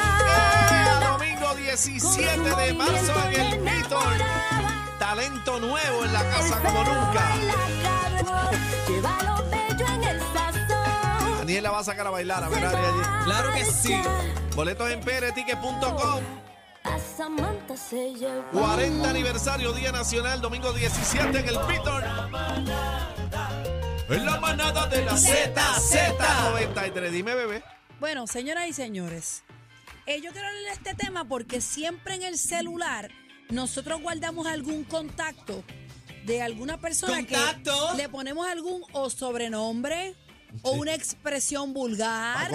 Nacional. Domingo 17 de marzo en el Vitor. Talento nuevo en la casa como nunca. Daniela va a sacar a bailar a ver a Ariel allí. Claro que sí. Boletos en pereticket.com. A Samantha se llevó. 40 aniversario, Día Nacional, domingo 17 en el Vitor. En la manada de la Z93. Dime, bebé. Bueno, señoras y señores, eh, yo quiero hablar de este tema porque siempre en el celular nosotros guardamos algún contacto de alguna persona ¿Contacto? que le ponemos algún o sobrenombre o una expresión vulgar.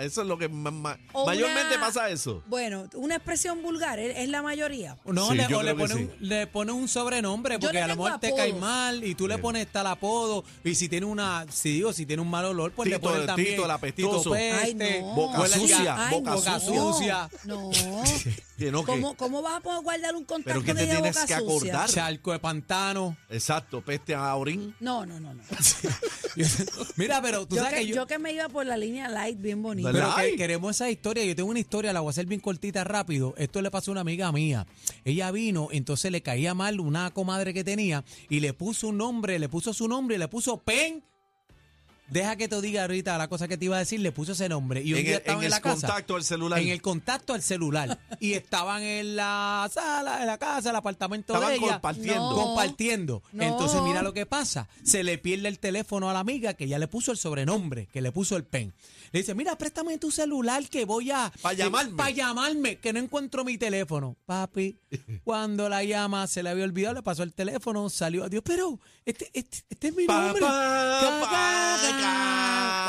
Eso es lo que ma- ma- o mayormente una- pasa eso. Bueno, una expresión vulgar es, es la mayoría. No, Sí, le, yo o le creo que pone sí. un, le pone un sobrenombre porque le a lo tengo mejor te cae apodos. mal y tú le pones tal apodo y si tiene una, si digo, si tiene un mal olor, pues le Tito, pones también Tito, el apestoso. Ay, Peste, no. Este, boca huele a- sucia, Ay, boca no. sucia. No. Que no, que- ¿Cómo, cómo vas a poder guardar un contacto ¿qué te de ella tienes boca que sucia? acordar? charco de pantano. Exacto, peste a orín. No, no, no, no. Mira, pero tú Yo sabes que, que yo... yo que me iba por la línea light bien bonita. Dale. Pero que- Ay. queremos esa historia. Yo tengo una historia, la voy a hacer bien cortita, rápido. Esto le pasó a una amiga mía. Ella vino, entonces le caía mal una comadre que tenía y le puso un nombre, le puso su nombre y le puso Pen. Deja que te diga ahorita la cosa que te iba a decir, le puso ese nombre. Y un En día el, estaba en en, el la casa. contacto del celular. En el contacto al celular. y estaban en la sala, en la casa, el apartamento Estaban de ella. compartiendo. No. Compartiendo. No. Entonces, mira lo que pasa. Se le pierde el teléfono a la amiga que ya le puso el sobrenombre, que le puso el pen. Le dice, mira, préstame tu celular que voy a... Pa' llamarme. Para llamarme, que no encuentro mi teléfono. Papi, cuando la llama, se le había olvidado, le pasó el teléfono, salió. Adiós, pero este, este, este es mi Pa, nombre. pa, pa, Ca, ca, ca, ca. ca.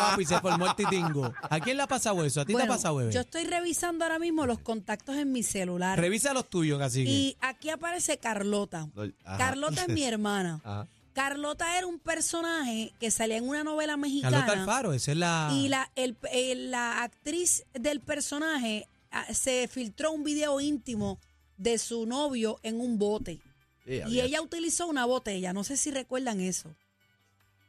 Papi, se formó el titingo. ¿A quién le ha pasado eso? ¿A ti te Bueno, ha pasado, bebé? Yo estoy revisando ahora mismo los contactos en mi celular. Revisa los tuyos, cacique. y aquí aparece Carlota. No, ajá. Carlota es mi hermana. Ajá. Carlota era un personaje que salía en una novela mexicana. Carlota Alfaro, esa es la. Y la, el- eh, la actriz del personaje ah, se filtró un video íntimo de su novio en un bote. Sí, Y había- ella utilizó una botella, no sé si recuerdan eso.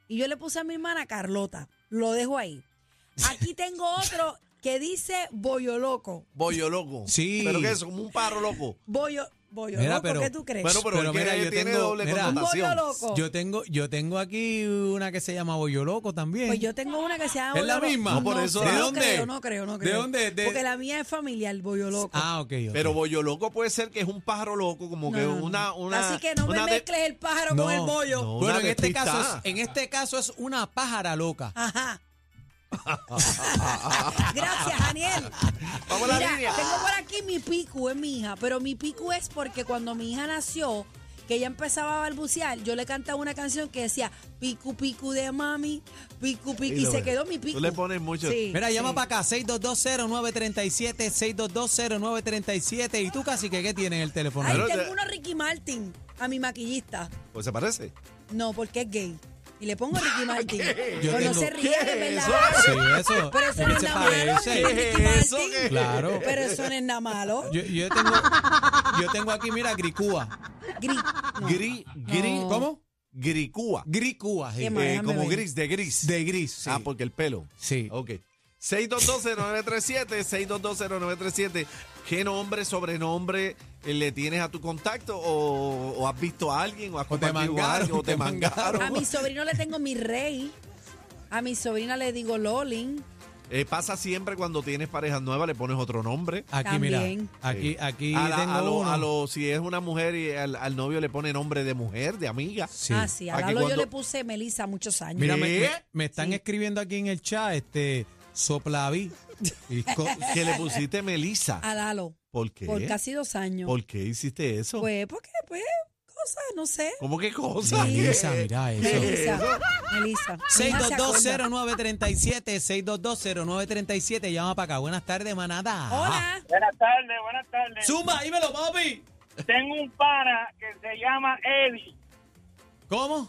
Y yo le puse a mi hermana Carlota, lo dejo ahí. Aquí tengo otro que dice Bollo Loco. Bollo loco. Sí. Pero que es como un paro loco. Bollo, bollo Mira, Loco, pero- ¿qué tú crees? Bueno, pero, Pero es que mira, yo tiene tengo- doble mira. Un connotación. bollo loco. Yo tengo, yo tengo aquí una que se llama Bollo Loco también. Pues yo tengo una que se llama ¿Es la Bollo Loco. misma? No, por eso- sé, ¿De no dónde? Creo, no creo, no ¿De creo. dónde? De- Porque la mía es familiar, Bollo Loco. Ah, ok. ok. Pero bollo loco puede ser que es un pájaro loco, como No, que no, no. una, una. Así que no me una de- mezcles el pájaro No, con el bollo. no. bueno, una en este, despistada. caso es, en este caso es una pájara loca. Ajá. Gracias, Daniel. Vamos a la Mira, línea. Tengo por aquí mi picu, es mi hija, pero mi picu es porque cuando mi hija nació, que ella empezaba a balbucear, yo le cantaba una canción que decía picu picu de mami, picu picu, Sí, y lo se veo. quedó mi Tú picu. le pones mucho. Sí, Mira, llama sí. para acá, 6220937, 6220937. ¿Y tú, casi que qué tienes en el teléfono? Ay, Pero tengo te- uno Ricky Martin a mi maquillista. Pues se parece. No, porque es gay. Y le pongo Ricky Martin. Yo Pero no tengo- se ríe, ¿Qué es es verdad. Sí, eso. Pero eso no es se nada malo. parece. Ricky ¿Qué es Martin. eso? ¿Qué es? Claro. Pero eso no es nada malo. Yo, yo tengo, yo tengo aquí, mira, Gricúa. Gris. No. Gri, gri, No. ¿Cómo? Gricúa. Gricúa. sí. Qué mal. Eh, Déjame como ver. gris, de gris. De gris. sí. Ah, porque el pelo. Sí. Ok. 6220937, 6220937. ¿Qué nombre, sobrenombre eh, le tienes a tu contacto? ¿O, o has visto a alguien? ¿O has O te compartido a mangaron, alguien? ¿O te te mangaron. A mangaron? mi sobrino le tengo mi rey. A mi sobrina le digo Lolin. Eh, pasa siempre cuando tienes pareja nueva, le pones otro nombre. Aquí, También. mira. Aquí, aquí a la- tengo a lo, uno. a lo- si es una mujer y al, al novio le pone nombre de mujer, de amiga. Sí. Ah, sí. A Aquí Lalo yo cuando- le puse Melissa muchos años. Mira, ¿Qué? me, me- me están Sí. escribiendo aquí en el chat, este, soplaví. Y co- Que le pusiste Melisa. A Lalo. ¿Por qué? Ah, Por casi dos años. ¿Por qué hiciste eso? Pues, porque, pues, cosas, no sé. ¿Cómo que cosa? Sí. Melissa, mira eso. Melissa. Melissa. Mi hija se acuerda. 6220937, 6220937, llama para acá. Buenas tardes, manada. Hola. Buenas tardes, buenas tardes. Zumba, dímelo, papi. Tengo un pana que se llama Eddie. ¿Cómo?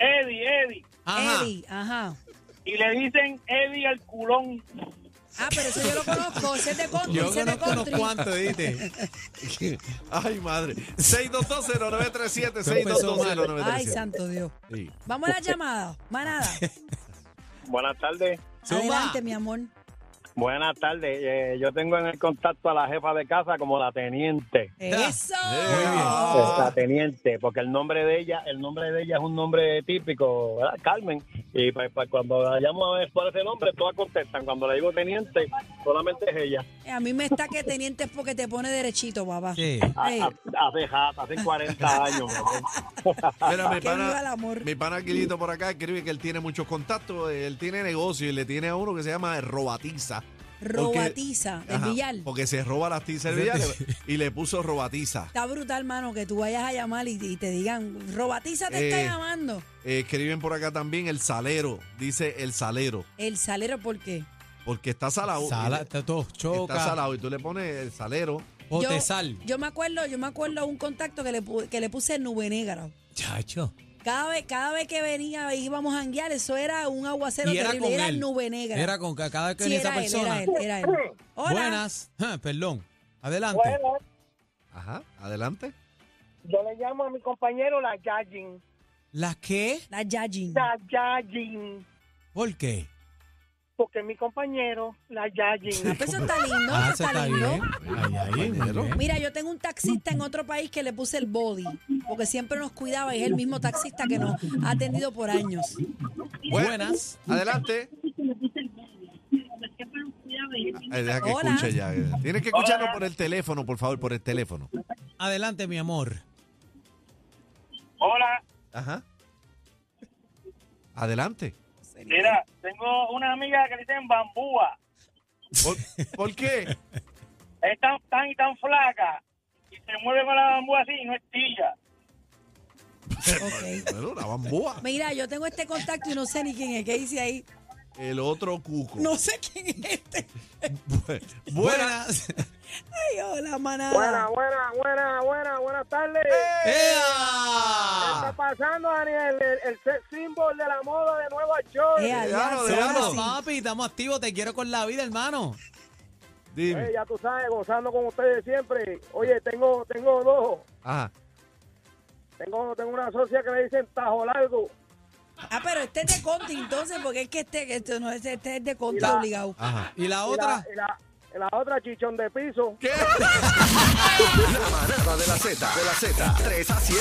Eddie, Eddie. Ajá. Eddie. Ajá. Y le dicen Eddie al culón. Ah, pero eso yo lo conozco. Ese es de country. Yo ese es de conozco unos country. cuantos, ¿viste? Ay, madre. 6220937, Tú empezó mal. 6220937. Ay, santo Dios. Sí. Vamos a la llamada. Manada. Buenas tardes. Zumba. Adelante, mi amor. Buenas tardes. Eh, yo tengo en el contacto a la jefa de casa como la teniente. Eso. Es La teniente, porque el nombre de ella, el nombre de ella es un nombre típico, ¿verdad? Carmen. Y pues, pues, cuando la llamo a ver por ese nombre, todas contestan. Cuando le digo teniente, solamente es ella. Eh, A mí me está que teniente es porque te pone derechito, papá. Eh, Sí. Ey. A- a- Hace, jato, hace 40 años. ¿no? Mira, mi Que viva el pana, amor. mi pana Aquilito por acá escribe que él tiene muchos contactos, eh, él tiene negocio y le tiene a uno que se llama Robatiza. Robatiza, el Ajá, Villal. Porque se roba las tizas del Villal y le puso Robatiza. Está brutal, mano, que tú vayas a llamar y, y te digan, Robatiza te Eh. está llamando. Eh, escriben por acá también el salero, dice el salero, El salero, ¿por qué? porque está salado. Sala, está, está todo choca, salado y tú le pones el salero. bote sal. Yo me acuerdo, yo me acuerdo un contacto que le, pu- que le puse nube negra. Chacho. Cada vez, cada vez que venía íbamos a janguear, eso era un aguacero Y era terrible, con era él. nube negra. Era con ca- cada vez que sí, venía era esa él, persona. era él, era él. Hola. Buenas. Ah, perdón. Adelante. Bueno, Ajá, adelante. yo le llamo a mi compañero la Yajin. ¿Las qué? La Yajin. La Yajin. ¿Por qué? Porque mi compañero, la Yajin. Pues eso está lindo, Ah, eso eso está lindo. bien. Ay, ay, muy Compañero. bien. Mira, yo tengo un taxista en otro país que le puse el body, porque siempre nos cuidaba y es el mismo taxista que nos ha atendido por años. Buenas. Adelante. Eh, deja que Hola. escuche ya. eh. Tienes que escucharlo por el teléfono, por favor, por el teléfono. Adelante, mi amor. Hola, Ajá. Adelante. mira, tengo una amiga que le dicen bambúa. ¿Por, por qué? 哎 Es tan, tan y tan 啊 flaca y se mueve con la bambúa así y no estilla. Ok. Bueno, la bambúa. Mira, yo tengo este contacto y no sé ni quién es. ¿Qué dice ahí? El otro cuco. No sé quién es este. Buena. Buenas. Ay, hola, manada. Buena, buena, buena, buena, buenas tardes. Eh. ¿Qué está ¡Ea! pasando, Daniel? El, el sex symbol de la moda de Nueva York. Eh, adiós, Déjalo, ahora déjalo. sí. papi, estamos activos. Te quiero con la vida, hermano. Dime. Eh, ya tú sabes, gozando con ustedes siempre. Oye, tengo tengo dos. Ajá. Tengo, tengo una socia que me dicen tajo largo. Ah, pero este es de Conti entonces, porque es que este, este no es, este es de Conti obligado. Ajá. ¿Y la Y la, otra? y la, y la otra chichón de piso. ¿Qué? La manada de la Z, de la Z, 3 a 7.